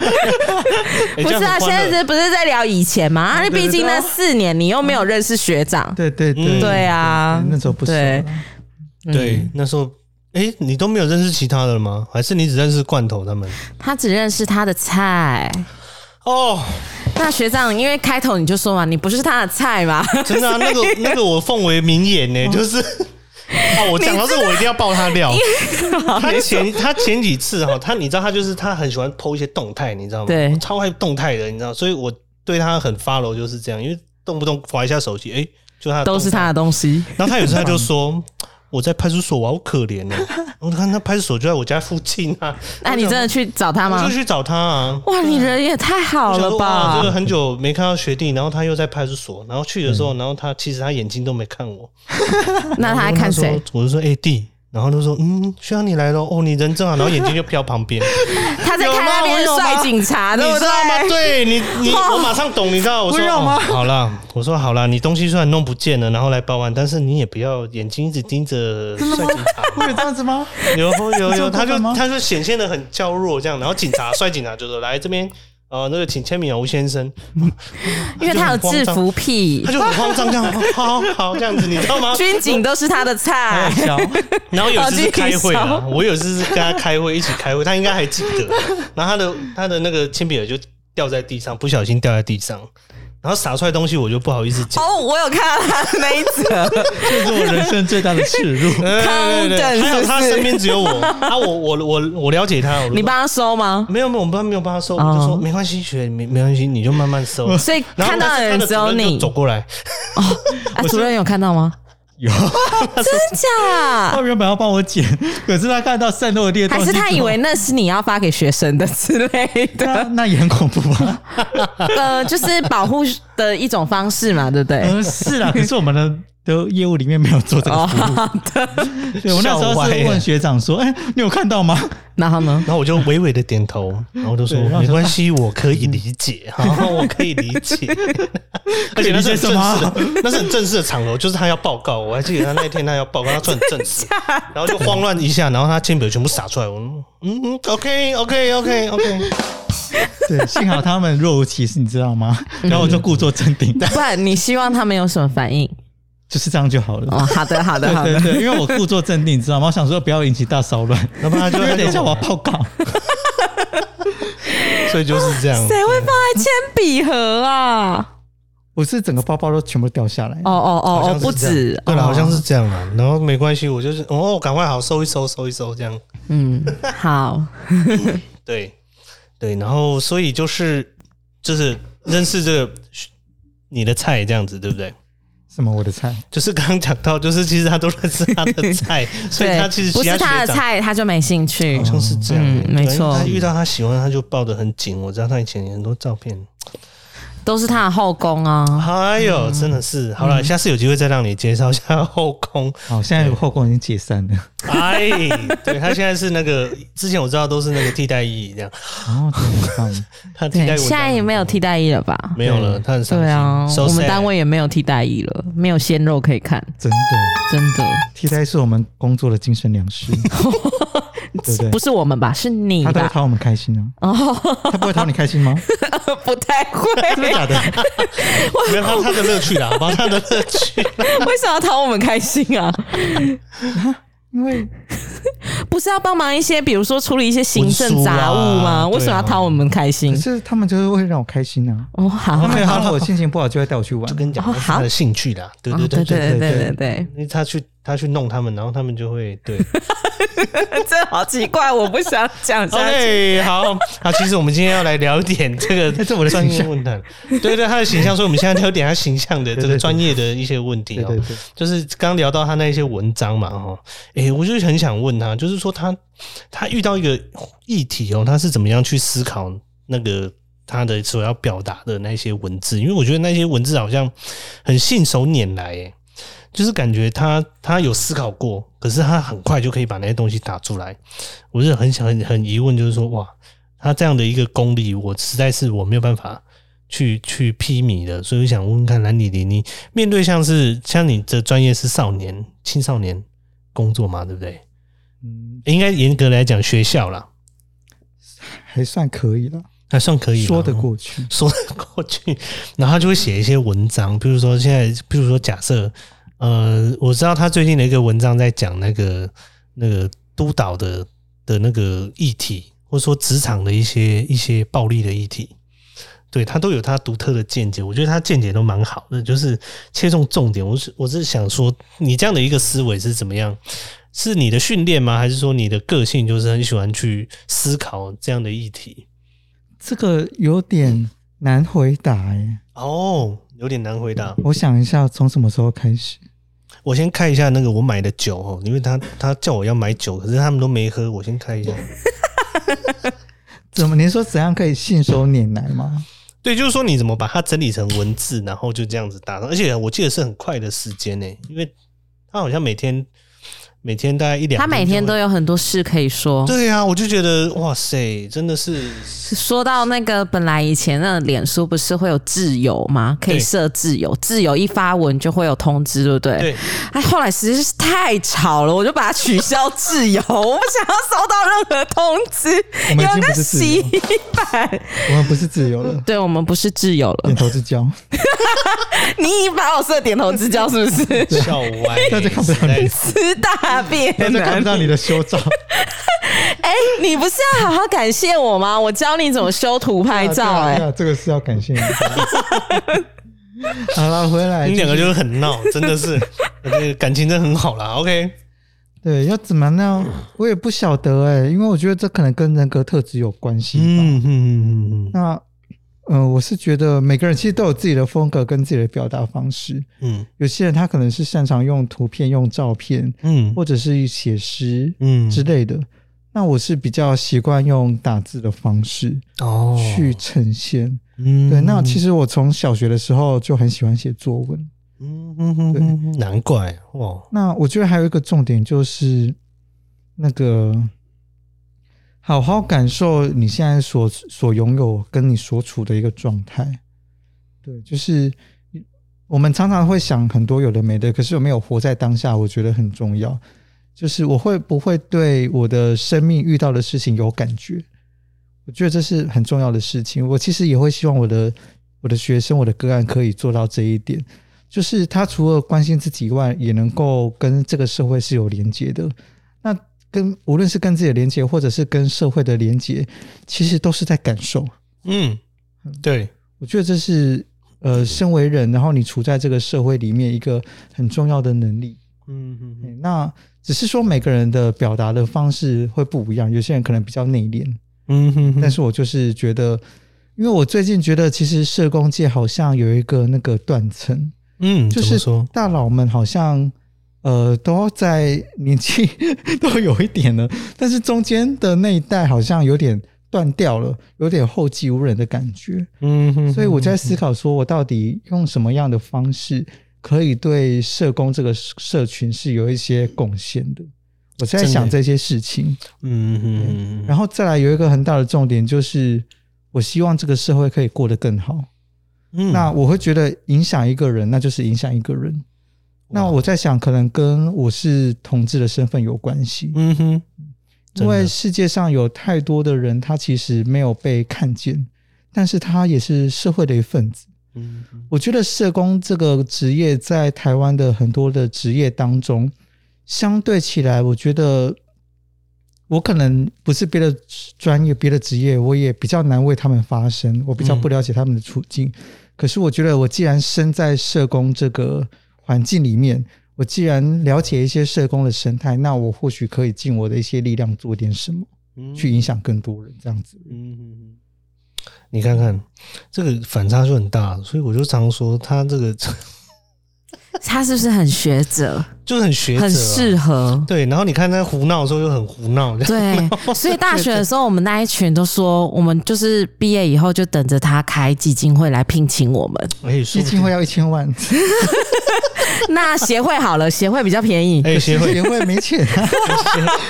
Speaker 1: 哎
Speaker 2: 不
Speaker 1: 这
Speaker 2: 是
Speaker 1: 样
Speaker 2: 啊，
Speaker 1: 很
Speaker 2: 现
Speaker 1: 欢乐
Speaker 2: 在这不是在聊以前吗？啊，那毕竟那四年你又没有认识学长，
Speaker 3: 对对对
Speaker 1: 嗯
Speaker 2: 对啊
Speaker 3: 对那时候不熟
Speaker 2: 对
Speaker 3: 啦
Speaker 1: 对那时候。哎，你都没有认识其他的了吗？还是你只认识罐头他们？
Speaker 2: 他只认识他的菜。
Speaker 1: 哦，
Speaker 2: 那学长，因为开头你就说嘛，你不是他的菜嘛，
Speaker 1: 真 的、啊，那个那个我奉为名言呢、就是啊，我讲到这个我一定要爆他料。 他前他前几次哈，他你知道他就是他很喜欢剖一些动态，你知道吗？
Speaker 2: 对
Speaker 1: 我超爱动态的，你知道，所以我对他很 follow 就是这样，因为动不动划一下手机，哎、就他的
Speaker 2: 都是
Speaker 1: 动态
Speaker 2: 他的东西。
Speaker 1: 然后他有时候他就说。我在派出所，我好可怜哦。 我看他派出所就在我家附近啊，
Speaker 2: 那你真的去找他
Speaker 1: 我
Speaker 2: 吗
Speaker 1: 就？去找他啊。
Speaker 2: 哇，你人也太好
Speaker 1: 我想
Speaker 2: 了
Speaker 1: 说哇，
Speaker 2: 吧
Speaker 1: 这！个很久没看到学弟，然后他又在派出所，然后去的时
Speaker 2: 嗯
Speaker 1: 候，然后他其实他眼睛都没看我，
Speaker 2: 那他还看谁？？
Speaker 1: 我就说哎弟，然后他说嗯，学长你来了，哦你人真好，然后眼睛就飘旁 边，
Speaker 2: 他在看那边
Speaker 1: 有吗我有吗
Speaker 2: 帅警察，
Speaker 1: 你
Speaker 2: 对不
Speaker 1: 知道吗？对
Speaker 2: 对？
Speaker 1: 你你
Speaker 2: 哇啊
Speaker 1: 我马上懂，你知道我说
Speaker 3: 我有吗
Speaker 1: 哦好啦，我说好啦，你东西虽然弄不见了，然后来报案，但是你也不要眼睛一直盯着帅警察。
Speaker 3: 会有这样子吗？
Speaker 1: 有有有，
Speaker 3: 这么
Speaker 1: 他就
Speaker 3: 快吗
Speaker 1: 他就显现的很娇弱这样，然后警察帅警察就说来这边，呃，那个请签名啊，吴先生，
Speaker 2: 因为他有制服癖
Speaker 1: 他，就很慌张这样，好好好这样子，你知道吗？
Speaker 2: 军警都是他的
Speaker 1: 哎
Speaker 2: 菜。
Speaker 3: 笑，
Speaker 1: 然后有一次是开会
Speaker 2: 好
Speaker 1: 啦
Speaker 2: 继，
Speaker 1: 我有一次是跟他开会，一起开会，他应该还记得。然后他的他的那个铅笔盒就掉在地上，不小心掉在地上，然后洒出来东西，我就不好意思捡。
Speaker 2: 哦，我有看到他的那一则，
Speaker 3: 这是我人生最大的耻辱。
Speaker 1: 哎对对对对
Speaker 2: Confidence，
Speaker 1: 还有他
Speaker 2: 是不是
Speaker 1: 身边只有我，啊，我我我我了解他，我
Speaker 2: 你帮他收吗？
Speaker 1: 没有没有，我们没有帮他收，
Speaker 2: 哦
Speaker 1: 我就说没关系，学没没关系，你就慢慢收。
Speaker 2: 所以
Speaker 1: 然后
Speaker 2: 看到的人
Speaker 1: 但
Speaker 2: 只
Speaker 1: 是他
Speaker 2: 有
Speaker 1: 的主任就
Speaker 2: 你
Speaker 1: 走过来，
Speaker 2: 啊！主任有看到吗？
Speaker 3: 有，
Speaker 2: 真假
Speaker 3: 他？原本要帮我剪，可是他看到散落的裂
Speaker 2: 还
Speaker 3: 东西
Speaker 2: 是
Speaker 3: 之后，
Speaker 2: 他以为那是你要发给学生的之类 的？
Speaker 3: 那那也很恐怖啊吧？
Speaker 2: 呃，就是保护的一种方式嘛，对不对？
Speaker 3: 嗯，是啦，可是我们的。的业务里面没有做这个
Speaker 2: 哦，
Speaker 3: 服务，
Speaker 2: 好 的。
Speaker 3: 对我那时
Speaker 1: 笑
Speaker 3: 候
Speaker 1: 歪
Speaker 3: 是
Speaker 1: 了
Speaker 3: 问学长说：“哎、你有看到吗
Speaker 2: 然后呢？
Speaker 1: 然后我就微微的点头，然后就说
Speaker 3: 对然后
Speaker 1: 没关系，我可以理解，哈，我可以理解。而且那是很正式的，那是很正式的场合，就是他要报告，我还记得他那一天他要报告，他穿很正式，然后就慌乱一下，然后他铅笔全部洒出来，我说嗯嗯，OK OK OK OK，？”
Speaker 3: 对，幸好他们若无其事，你知 道吗？然后我就故作镇定，
Speaker 2: 不然你希望他们有什么反应？
Speaker 3: 就是这样就好了。
Speaker 2: 哦，好的，好的，
Speaker 1: 啊
Speaker 2: 好
Speaker 3: 对
Speaker 2: 的。
Speaker 3: 对对，因为我故作镇定，你知道吗？我想说不要引起大骚乱，
Speaker 1: 要不然他就
Speaker 3: 因为等一下我要报告。
Speaker 1: 所以就是这样。
Speaker 2: 谁会放在铅笔盒啊？
Speaker 3: 我是整个包包都全部掉下来。
Speaker 2: 哦哦
Speaker 1: 好
Speaker 2: 哦
Speaker 1: 像
Speaker 2: 哦，
Speaker 1: 是
Speaker 2: 不
Speaker 1: 这样
Speaker 2: 止，
Speaker 1: 对了，
Speaker 2: 哦
Speaker 1: 好像是这样啦。然后没关系，我就是哦，赶快好收一收，收一收这样。
Speaker 2: 嗯，好，
Speaker 1: 对对，然后所以就是就是认识这个你的菜这样子，对不对？
Speaker 3: 什么我的菜？
Speaker 1: 就是刚刚讲到，就是其实他都认识他的 菜， 所以
Speaker 2: 对
Speaker 1: 他其实，
Speaker 2: 不
Speaker 1: 其
Speaker 2: 是他的
Speaker 1: 学长
Speaker 2: 菜，他就没兴趣
Speaker 1: 好。像是这样，
Speaker 2: 嗯
Speaker 1: 对
Speaker 2: 没错
Speaker 1: 他遇到他喜欢，他就抱得很紧。我知道他以前很多照片，
Speaker 2: 都是他的后宫啊。
Speaker 1: 哎呦，真的是好
Speaker 2: 嗯
Speaker 1: 了，下次有机会再让你介绍一下后宫。
Speaker 3: 好，哦现在后宫已经解散了。
Speaker 1: 哎，对他现在是那个，之前我知道都是那个替代役这样，
Speaker 3: 哦，真的很棒。
Speaker 1: 他替代
Speaker 2: 对，
Speaker 1: 文章
Speaker 2: 现在也没有替代役了吧？
Speaker 1: 没有了，他很伤心。
Speaker 2: 对啊
Speaker 1: So，
Speaker 2: 我们
Speaker 1: sad
Speaker 2: 单位也没有替代役了，没有鲜肉可以看，
Speaker 3: 真的，
Speaker 2: 真的
Speaker 3: 替代是我们工作的精神粮食，对不对
Speaker 2: 不？是我们吧？是你
Speaker 3: 他都会
Speaker 2: 吧？
Speaker 3: 讨我们开心啊！ 他不会讨你开心吗？
Speaker 2: 不太会，
Speaker 3: 真的假的？
Speaker 1: 没有他他的乐趣 啦，好吧，他的乐趣。
Speaker 2: 为什么要讨我们开心啊？
Speaker 3: 因为
Speaker 2: 不不是要帮忙一些，比如说处理一些行政杂物
Speaker 1: 文书啊
Speaker 2: 吗？为什么要讨我们开心
Speaker 3: 可？是他们就是会让我开心啊。
Speaker 2: 哦，好
Speaker 3: 他，们
Speaker 1: 好
Speaker 3: 如果心情不好就会带我去玩
Speaker 1: 就。跟你讲，
Speaker 2: 哦
Speaker 1: 那是他
Speaker 2: 好
Speaker 1: 的兴趣啦，对
Speaker 2: 哦
Speaker 1: 对对对，
Speaker 2: 对对
Speaker 3: 对
Speaker 2: 对
Speaker 3: 对
Speaker 2: 对
Speaker 1: 因为他去他去弄他们，然后他们就会对。
Speaker 2: 对，这好奇怪，我不想讲下去。
Speaker 1: OK，好， 那其实我们今天要来聊一点这个
Speaker 3: 这我的
Speaker 1: 专
Speaker 3: 形
Speaker 1: 业
Speaker 3: 象
Speaker 1: 问谈，对对，他的形象，所以我们现在聊点他形象的这
Speaker 3: 对对
Speaker 1: 个
Speaker 3: 对
Speaker 1: 专业的一些问题
Speaker 3: 对
Speaker 1: 哦
Speaker 3: 对。对，
Speaker 1: 就是刚聊到他那一些文章嘛，哈，诶，我就很想问他，就是说他他遇到一个议题哦，他是怎么样去思考那个他的所要表达的那些文字？因为我觉得那些文字好像很信手拈来，诶，就是感觉他他有思考过，可是他很快就可以把那些东西打出来。我是很想很很疑问，就是说哇，他这样的一个功力，我实在是我没有办法。去去批米的，所以我想问问看兰迪迪，你面对像是像你的专业是少年青少年工作嘛，对不对？
Speaker 3: 嗯，
Speaker 1: 应该严格来讲，学校啦，
Speaker 3: 还算可以了，
Speaker 1: 还算可以啦
Speaker 3: 说得
Speaker 1: 哦
Speaker 3: 过去。
Speaker 1: 说得过去，然后他就会写一些文章，比如说现在，比如说假设，呃，我知道他最近的一个文章在讲那个那个督导的的那个议题，或者说职场的一些一些暴力的议题，对他都有他独特的见解，我觉得他见解都蛮好的，就是切中重点。我是我是想说，你这样的一个思维是怎么样？是你的训练吗？还是说你的个性就是很喜欢去思考这样的议题？
Speaker 3: 这个有点难回答哎，
Speaker 1: 哦，有点难回答。
Speaker 3: 我想一下，从什么时候开始？
Speaker 1: 我先看一下那个我买的酒哦，因为他他叫我要买酒，可是他们都没喝，我先看一下。
Speaker 3: 怎么？您说怎样可以信手拈来吗？
Speaker 1: 对，就是说你怎么把它整理成文字，然后就这样子打上，而且我记得是很快的时间呢，因为他好像每天每天大概一两，
Speaker 2: 他每天都。有很多事可以说，
Speaker 1: 对啊，我就觉得哇塞，真的是
Speaker 2: 说到那个本来以前那个脸书不是会有自由吗？可以
Speaker 1: 对
Speaker 2: 设自由，自由一发文就会有通知，对不对？
Speaker 1: 对。
Speaker 2: 哎，后来实在是太吵了，我就把它取消自由，我不想要收到任何通知。
Speaker 3: 我们已
Speaker 2: 有
Speaker 3: 经
Speaker 2: 个
Speaker 3: 不是自
Speaker 2: 洗
Speaker 3: 由
Speaker 2: 衣板，，
Speaker 3: 我们不是自由 了
Speaker 2: 对我们不是自由了
Speaker 3: 点。头之交。
Speaker 2: 你已经把我设点头之交，是不是？
Speaker 1: 笑 歪，
Speaker 3: 大家看不到你
Speaker 1: 实
Speaker 2: 吃大便
Speaker 3: 大家看不
Speaker 2: 男！
Speaker 3: 到你的修照，
Speaker 2: 哎、你不是要好好感谢我吗？我教你怎么修图拍照、
Speaker 3: 对
Speaker 1: 欸
Speaker 3: 啊
Speaker 2: 哎、
Speaker 3: 对啊这个是要感 谢你的。好了，回
Speaker 1: 在
Speaker 3: 来
Speaker 1: 你们两个
Speaker 3: 继续
Speaker 1: 就是很闹，真的 是，呃感情真的很好啦。OK，
Speaker 3: 对，要怎么样？我也不晓得哎、因为我觉得这可能跟人格特质有关系吧。
Speaker 1: 嗯嗯嗯嗯嗯
Speaker 3: 那嗯、呃我是觉得每个人其实都有自己的风格跟自己的表达方式。
Speaker 1: 嗯
Speaker 3: 有些人他可能是擅长用图片、用照片，
Speaker 1: 嗯
Speaker 3: 或者是写诗
Speaker 1: 嗯
Speaker 3: 之类的。那我是比较习惯用打字的方式
Speaker 1: 哦
Speaker 3: 去呈现。
Speaker 1: 嗯
Speaker 3: 对，那其实我从小学的时候就很喜欢写作文。
Speaker 1: 嗯嗯嗯嗯，难怪哇，
Speaker 3: 那我觉得还有一个重点就是，那个好好感受你现在所所拥有跟你所处的一个状态。对，就是我们常常会想很多有的没的，可是有没有活在当下，我觉得很重要。就是我会不会对我的生命遇到的事情有感觉？我觉得这是很重要的事情。我其实也会希望我的我的学生、我的个案可以做到这一点。就是他除了关心自己以外，也能够跟这个社会是有连接的。那跟无论是跟自己的连接，或者是跟社会的连接，其实都是在感受。
Speaker 1: 嗯，对，
Speaker 3: 我觉得这是呃，身为人，然后你处在这个社会里面一个很重要的能力。
Speaker 1: 嗯嗯
Speaker 3: 嗯那只是说每个人的表达的方式会不一样，有些人可能比较内敛，
Speaker 1: 嗯嗯
Speaker 3: 但是我就是觉得，因为我最近觉得，其实社工界好像有一个那个断层，
Speaker 1: 嗯，
Speaker 3: 就
Speaker 1: 怎么
Speaker 3: 是
Speaker 1: 说，
Speaker 3: 大佬们好像呃都在年纪 都有一点了，但是中间的那一代好像有点断掉了，有点后继无人的感觉。
Speaker 1: 嗯哼
Speaker 3: 所以我在思考，说我到底用什么样的方式可以对社工这个社群是有一些贡献的。我在想这些事情，
Speaker 1: 嗯嗯，
Speaker 3: 然
Speaker 1: 后
Speaker 3: 后再来有一个很大的重点就是，我希望这个社会可以过得更好。
Speaker 1: 嗯
Speaker 3: 那我会觉得影响一个人，那就是影响一个人。那我在想，可能跟我是同志的身份有关系，
Speaker 1: 嗯哼，
Speaker 3: 因
Speaker 1: 真
Speaker 3: 为
Speaker 1: 的
Speaker 3: 世界上有太多的人，他其实没有被看见，但是他也是社会的一份子。
Speaker 1: 嗯哼
Speaker 3: 我觉得社工这个职业在台湾的很多的职业当中，相对起来，我觉得我可能不是别的专业、别的职业，我也比较难为他们发声，我比较不了解他们的处境。可是我觉得，我既然身在社工这个环境里面，我既然了解一些社工的生态，那我或许可以尽我的一些力量做点什么，去影响更多人。这样子，
Speaker 1: 嗯，你看看这个反差就很大，所以我就常说他这个
Speaker 2: 他是不是很学者，
Speaker 1: 就是很学者啊、？
Speaker 2: 很适合
Speaker 1: 对。然后你看他胡闹的时候又很胡闹，这样
Speaker 2: 对，所以大学的时候，我们那一群都说，我们就是毕业以后就等着他开基金会来聘请我 们。
Speaker 1: 哎，说
Speaker 3: 基
Speaker 1: 不
Speaker 3: 金
Speaker 1: 定
Speaker 3: 会要一 千万，
Speaker 2: 那协会好了，协会比较便宜，
Speaker 1: 哎协会
Speaker 3: 协会没钱、啊，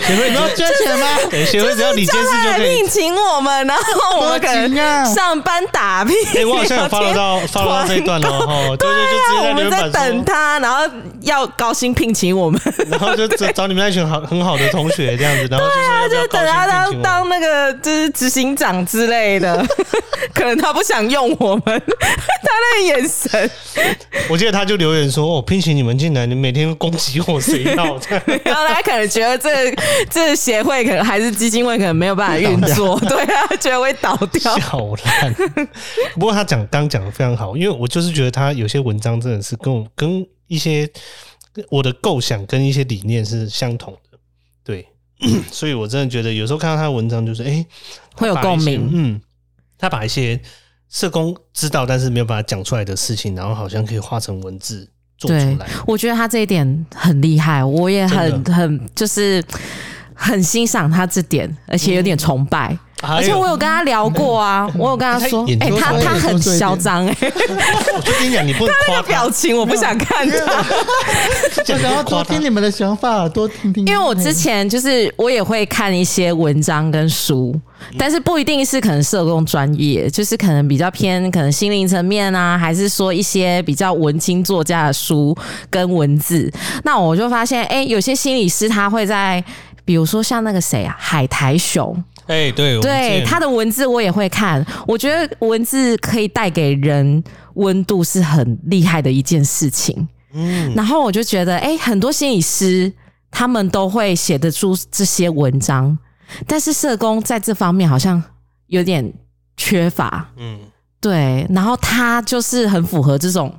Speaker 1: 协会你要捐钱吗？对，协会只要李监事
Speaker 2: 他
Speaker 1: 就
Speaker 2: 来
Speaker 1: 可以
Speaker 2: 聘。请我们，然后我们可
Speaker 3: 多紧啊
Speaker 2: 能上班打拼。
Speaker 1: 哎、我好像有 follow 到 follow 到这一段哦，吼，对对，就直接
Speaker 2: 啊我
Speaker 1: 在
Speaker 2: 们
Speaker 1: 留
Speaker 2: 在
Speaker 1: 言板
Speaker 2: 等
Speaker 1: 说，
Speaker 2: 他，然后要高薪聘请我们，
Speaker 1: 然后就找找你们那群好很好的同学这样子，然后就是要不
Speaker 2: 就
Speaker 1: 要
Speaker 2: 等
Speaker 1: 高
Speaker 2: 他
Speaker 1: 薪聘
Speaker 2: 当
Speaker 1: 请我
Speaker 2: 当那个就是执行长之类的， 可能他不想用我们， 他那个眼神，
Speaker 1: 我记得他就留言说：“哦，聘请你们进来，你每天攻击我，谁闹？”这样
Speaker 2: 然后他可能觉得这个这个协会可能还是基金会可能没有办法运作， 对啊，觉得会倒掉。
Speaker 1: 笑烂。 不过他讲刚讲的非常好，因为我就是觉得他有些文章真的是跟我跟一些我的构想跟一些理念是相同的，对， 所以我真的觉得有时候看到他的文章就是哎、诶
Speaker 2: 会有
Speaker 1: 他把一些
Speaker 2: 共鸣
Speaker 1: 嗯，他把一些社工知道但是没有把它讲出来的事情，然后好像可以化成文字做出
Speaker 2: 对
Speaker 1: 来。，
Speaker 2: 我觉得他这一点很厉害，我也很
Speaker 1: 真的
Speaker 2: 很就是很欣赏他这点，而且有点崇拜。
Speaker 1: 而
Speaker 2: 而且我有跟他聊过啊，我有跟嗯哎他说
Speaker 1: 他眼，
Speaker 2: 哎、
Speaker 1: 睛
Speaker 2: 他
Speaker 1: 都
Speaker 2: 他
Speaker 3: 长
Speaker 2: 很嚣张哎、
Speaker 1: 我就跟你讲，你不能夸
Speaker 2: 表
Speaker 1: 他，
Speaker 2: 情我不想看他，
Speaker 3: 我想要多听你们的想法，多听听。
Speaker 2: 因为我之前就是我也会看一些文章跟书，但是不一定是可能社工专业，就是可能比较偏可能心灵层面啊，还是说一些比较文青作家的书跟文字。那我就发现，哎、有些心理师他会在。比如说像那个谁啊，海苔熊，
Speaker 1: 哎、对，我们之
Speaker 2: 对
Speaker 1: 前
Speaker 2: 他的文字我也会看，我觉得文字可以带给人温度是很厉害的一件事情。嗯，然后我就觉得，哎、很多心理师他们都会写得出这些文章，但是社工在这方面好像有点缺乏。
Speaker 1: 嗯。
Speaker 2: 对，然后他就是很符合这种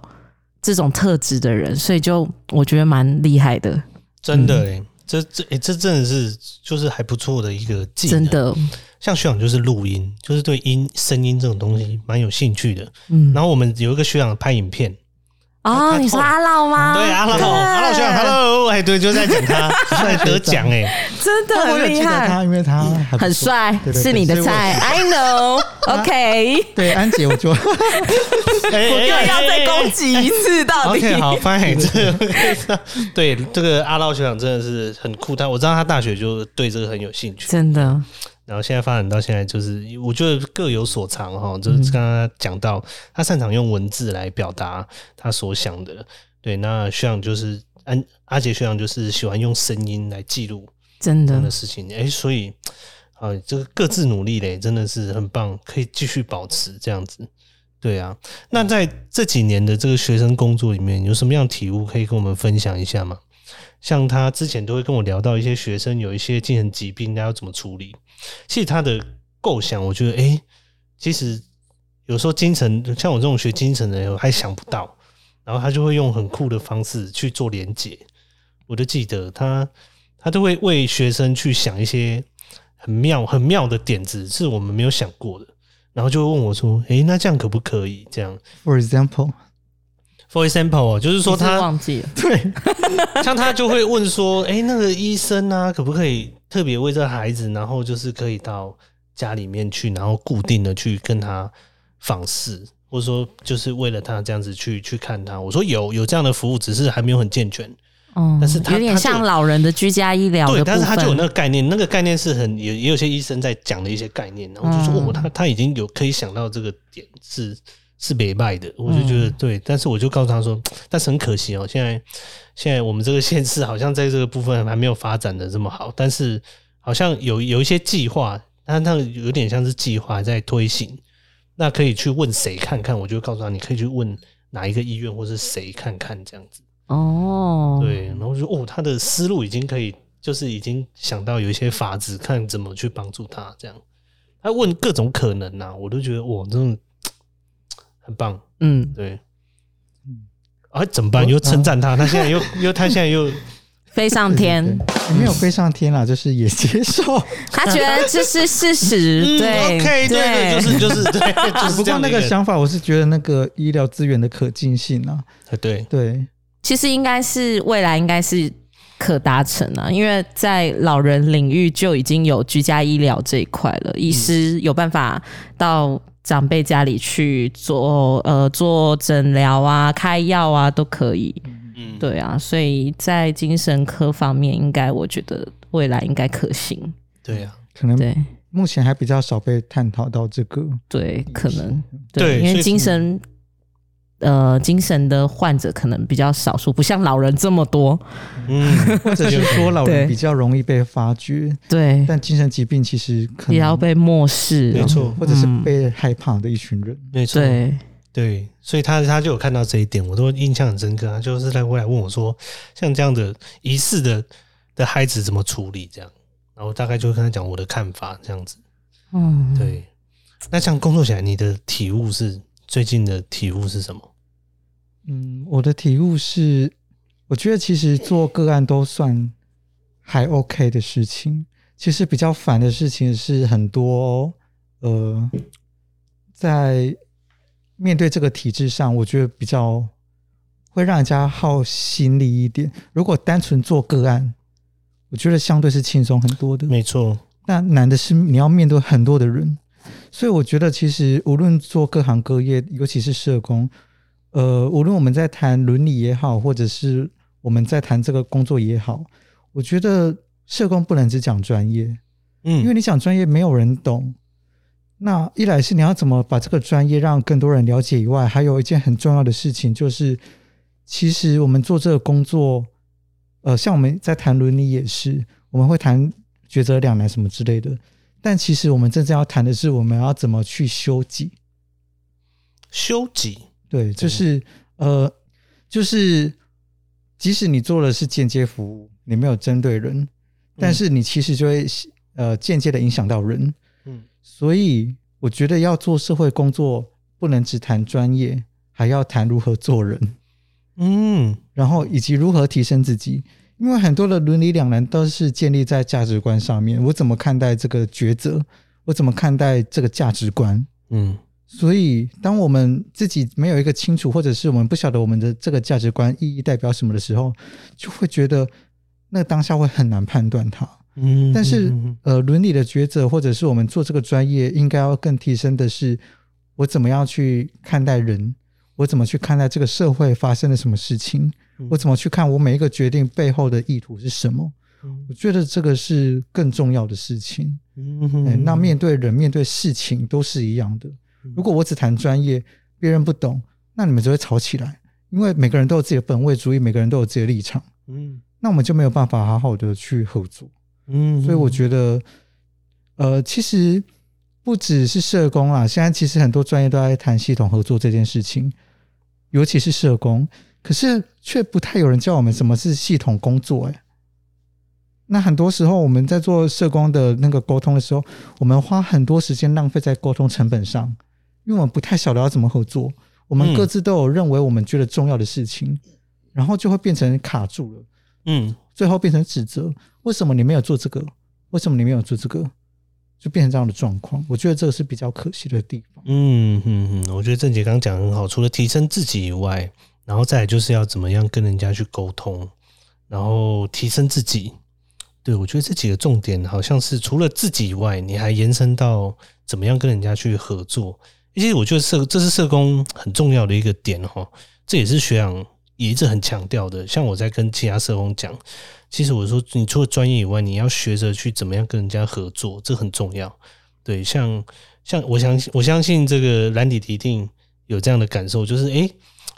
Speaker 2: 这种特质的人，所以就我觉得蛮厉害的，
Speaker 1: 真的、欸，这这、欸、这真的是就是还不错的一个技能。
Speaker 2: 真，的，
Speaker 1: 像学长就是录音，就是对音声音这种东西蛮有兴趣的。
Speaker 2: 嗯
Speaker 1: 然后我们有一个学长拍影片，他
Speaker 2: 哦，
Speaker 1: 他
Speaker 2: 你说
Speaker 1: 后
Speaker 2: 阿浪吗？
Speaker 1: 对阿老阿老学长，Hello，哎，对，就在讲 他，他还得奖哎、
Speaker 2: 真的
Speaker 3: 但我有
Speaker 2: 很
Speaker 3: 记
Speaker 2: 厉
Speaker 3: 得
Speaker 2: 害，
Speaker 3: 他，因为他还不错
Speaker 2: 很帅
Speaker 3: 对，对
Speaker 2: 是
Speaker 3: 对
Speaker 2: 你的
Speaker 3: 所以我
Speaker 2: 菜，I
Speaker 1: 啊
Speaker 2: know，OK，
Speaker 3: 对安姐，我就
Speaker 1: 哎
Speaker 2: 又要再攻。击一次，到底
Speaker 1: OK，好，fine，这个对这个阿老学长真的是很酷，他我知道他大学就对这个很有兴趣，
Speaker 2: 真的，
Speaker 1: 然后现在发展到现在，就是我觉得各有所长哈，就是刚刚讲到他擅长用文字来表达他所想的，对，那学长就是安阿杰学长就是喜欢用声音来记录
Speaker 2: 真
Speaker 1: 这样
Speaker 2: 的
Speaker 1: 的，事情，哎、所以啊，这个各自努力嘞，真的是很棒，可以继续保持这样子，对啊。那在这几年的这个学生工作里面，有什么样的体悟可以跟我们分享一下吗？像他之前都会跟我聊到一些学生有一些精神疾病，那要怎么处理？其实他的构想，我觉得，哎、其实有时候精神像我这种学精神的人，我还想不到，然后他就会用很酷的方式去做连接。我就记得他，他都会为学生去想一些很妙、很妙的点子，是我们没有想过的。然后就会问我说：“诶、那这样可不可以？这样
Speaker 3: for example，
Speaker 1: ，for example，哦就是说他
Speaker 2: 忘 记了，
Speaker 3: 对，
Speaker 1: 像他就会问说，哎、那个医生啊，可不可以特别为这个孩子，然后就是可以到家里面去，然后固定的去跟他访视，或者说就是为了他这样子去去看他。我说有有这样的服务，只是还没有很健全。
Speaker 2: 嗯
Speaker 1: 但是他
Speaker 2: 有点
Speaker 1: 他就
Speaker 2: 像老人的居家医疗
Speaker 1: 对，
Speaker 2: 的
Speaker 1: 但
Speaker 2: 部
Speaker 1: 是他就有那
Speaker 2: 分，
Speaker 1: 个概念，那个概念是很也也有些医生在讲的一些概念，然后我就说，
Speaker 2: 嗯
Speaker 1: 哦，他他已经有可以想到这个点是是北拜的，我就觉得、
Speaker 2: 嗯
Speaker 1: 对，但是我就告诉他说，但是很可惜哦，现在现在我们这个县市好像在这个部分还没有发展的这么好，但是好像有有一些计划，但那有点像是计划在推行，那可以去问谁看看，我就告诉他，你可以去问哪一个医院或是谁看看这样子。
Speaker 2: 哦，
Speaker 1: 对，然后就哦，他的思路已经可以就是已经想到有一些法子，看怎么去帮助他这样。他问各种可能呐、我都觉得我真的很棒，
Speaker 2: 嗯，
Speaker 1: 对
Speaker 3: 嗯。啊
Speaker 1: 啊，怎么办？又称赞他，他现在又又他现在 又嗯
Speaker 2: 飞上天，
Speaker 3: 也没有飞上天啦，就是也接受。
Speaker 2: 他觉得这是事实，
Speaker 1: 嗯
Speaker 2: 对
Speaker 1: ，OK，对对，就是就是对，就是
Speaker 3: 不
Speaker 1: 这
Speaker 3: 过
Speaker 1: 样的
Speaker 3: 那
Speaker 1: 一个
Speaker 3: 个想法，我是觉得那个医疗资源的可进性啊，
Speaker 1: 哎对，
Speaker 3: 对，
Speaker 2: 其实应该是未来应该是可达成啊，因为在老人领域就已经有居家医疗这一块了，
Speaker 1: 嗯
Speaker 2: 医师有办法到长辈家里去做呃做诊疗啊、开药啊都可以。
Speaker 1: 嗯，
Speaker 2: 对啊，所以在精神科方面，应该我觉得未来应该可行。
Speaker 1: 对啊呀，
Speaker 3: 可能
Speaker 2: 对
Speaker 3: 目前还比较少被探讨到这个。
Speaker 2: 对，可能
Speaker 1: 对
Speaker 2: 对，因
Speaker 1: 所以
Speaker 2: 为精神。呃，精神的患者可能比较少数，不像老人这么多。
Speaker 1: 嗯，
Speaker 3: 或者是说老人
Speaker 2: 对
Speaker 3: 比较容易被发掘，
Speaker 2: 对，
Speaker 3: 但精神疾病其实可能
Speaker 2: 也要被漠视了。
Speaker 1: 没错
Speaker 3: 或者是
Speaker 2: 嗯
Speaker 3: 被害怕的一群人。
Speaker 1: 没错，
Speaker 2: 对，
Speaker 1: 对，所以他他就有看到这一点，我都印象很深刻。他就是来回来问我说，像这样的疑似的的孩子怎么处理这样，然后大概就跟他讲我的看法这样子。
Speaker 2: 嗯，
Speaker 1: 对，那像工作起来，你的体悟是最近的体悟是什么？
Speaker 3: 嗯，我的体悟是，我觉得其实做个案都算还 OK 的事情。其实比较烦的事情是很多呃，在面对这个体制上，我觉得比较会让人家耗心力一点。如果单纯做个案，我觉得相对是轻松很多的。
Speaker 1: 没错，
Speaker 3: 那难的是你要面对很多的人，所以我觉得其实无论做各行各业，尤其是社工，呃，无论我们在谈伦理也好，或者是我们在谈这个工作也好，我觉得社工不能只讲专业，
Speaker 1: 嗯，
Speaker 3: 因为你讲专业没有人懂。那一来是你要怎么把这个专业让更多人了解以外，还有一件很重要的事情就是，其实我们做这个工作，呃，像我们在谈伦理也是，我们会谈抉择两难什么之类的，但其实我们真正要谈的是我们要怎么去修己。
Speaker 1: 修己，
Speaker 3: 对，就是呃，就是即使你做的是间接服务，你没有针对人，但是你其实就会呃间接的影响到人。
Speaker 1: 嗯
Speaker 3: 所以我觉得要做社会工作，不能只谈专业，还要谈如何做人，
Speaker 1: 嗯，
Speaker 3: 然后以及如何提升自己。因为很多的伦理两难都是建立在价值观上面，我怎么看待这个抉择，我怎么看待这个价值观，
Speaker 1: 嗯，
Speaker 3: 所以，当我们自己没有一个清楚，或者是我们不晓得我们的这个价值观意义代表什么的时候，就会觉得那当下会很难判断它。
Speaker 1: 嗯，
Speaker 3: 但是
Speaker 1: 嗯嗯，
Speaker 3: 呃，伦理的抉择，或者是我们做这个专业，应该要更提升的是，我怎么样去看待人，我怎么去看待这个社会发生了什么事情
Speaker 1: 嗯，
Speaker 3: 我怎么去看我每一个决定背后的意图是什么。
Speaker 1: 嗯
Speaker 3: 我觉得这个是更重要的事情。
Speaker 1: 嗯嗯
Speaker 3: 哎，
Speaker 1: 嗯
Speaker 3: 那面对人、面对事情都是一样的
Speaker 1: 嗯。
Speaker 3: 如果我只谈专业，别人不懂，那你们就会吵起来，因为每个人都有自己的本位主义，每个人都有自己的立场，
Speaker 1: 嗯
Speaker 3: 那我们就没有办法好好的去合作。
Speaker 1: 嗯，
Speaker 3: 所以我觉得，呃，其实不只是社工啦，现在其实很多专业都在谈系统合作这件事情，尤其是社工，可是却不太有人教我们什么是系统工作、欸。那很多时候我们在做社工的那个沟通的时候，我们花很多时间浪费在沟通成本上，因为我们不太晓得要怎么合作，我们各
Speaker 1: 嗯
Speaker 3: 自都有认为我们觉得重要的事情，然后就会变成卡住了。
Speaker 1: 嗯，
Speaker 3: 最后变成指责，为什么你没有做这个？为什么你没有做这个？就变成这样的状况，我觉得这个是比较可惜的地方。
Speaker 1: 嗯嗯嗯，我觉得郑姐刚刚讲得很好，除了提升自己以外，然后再来就是要怎么样跟人家去沟通，然后提升自己。对，我觉得这几个重点好像是除了自己以外，你还延伸到怎么样跟人家去合作。其实我觉得社这是社工很重要的一个点哦，这也是学长也一直很强调的。像我在跟其他社工讲，其实我说你除了专业以外，你要学着去怎么样跟人家合作，这很重要。对，像像我相信，我相信这个兰迪一定有这样的感受，就是诶，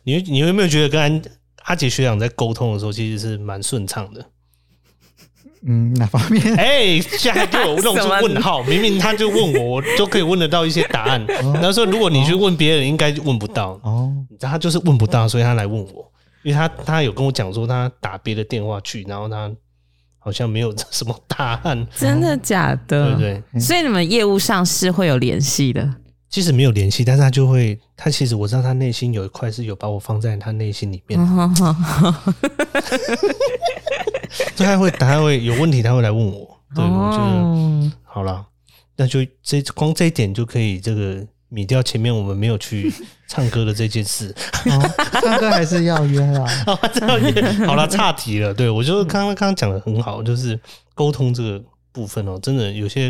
Speaker 1: 你会你有没有觉得跟安阿杰学长在沟通的时候，其实是蛮顺畅的？
Speaker 3: 嗯，哪方面？
Speaker 1: 哎、现在还给我弄出问号，明明他就问我，我就可以问得到一些答案。然后说，如果你去问别人，应该就问不到。
Speaker 3: 哦，
Speaker 1: 他就是问不到，所以他来问我，因为他他有跟我讲说，他打别的电话去，然后他好好像没有 什么答案，
Speaker 2: 真的假
Speaker 1: 对
Speaker 2: 的？
Speaker 1: 不对？
Speaker 2: 所以你们业务上是会有联系的，
Speaker 1: 即使没有联系，但是他就会，他其实我知道他内心有一块是有把我放在他内心里面，所以他会，他会有问题，他会来问我。对，我觉得
Speaker 2: 哦，
Speaker 1: 好啦，那就这光这一点就可以这个米掉前面我们没有去唱歌的这件事。
Speaker 3: 哦，唱歌还是要约啦。
Speaker 1: 好，这样也好了，岔题了。对我觉得刚刚刚刚讲的很好，就是沟通这个部分哦，真的有些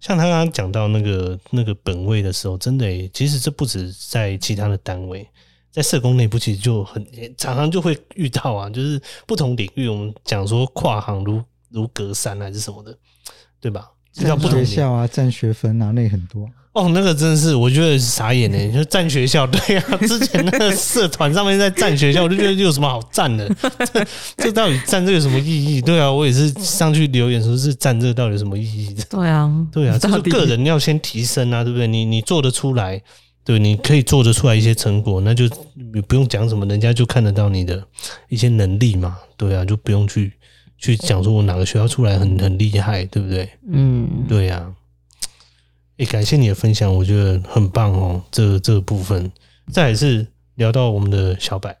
Speaker 1: 像他刚刚讲到那个那个本位的时候，真的耶、其实这不止在其他的单位。在社工内部其实就很常常就会遇到啊，就是不同领域，我们讲说跨行如如隔山还是什么的，对吧？遇到
Speaker 3: 占
Speaker 1: 不同
Speaker 3: 学
Speaker 1: 领域
Speaker 3: 校啊，占学分啊，那很多。
Speaker 1: 哦，那个真的是，我觉得傻眼呢。就占学校，对啊，之前那个社团上面在占学校，我就觉得有什么好占的？这这到底占这有什么意义？对啊，我也是上去留言说，是占这到底有什么意义？
Speaker 2: 对啊，
Speaker 1: 对啊，这
Speaker 2: 到
Speaker 1: 是
Speaker 2: 底
Speaker 1: 个人要先提升啊，对不对？你你做得出来，对，你可以做得出来一些成果，那就你不用讲什么，人家就看得到你的一些能力嘛。对啊，就不用去去讲说我哪个学校出来很很厉害，对不对？
Speaker 2: 嗯，
Speaker 1: 对呀、也感谢你的分享，我觉得很棒哦，这这个部分。再也是聊到我们的小白，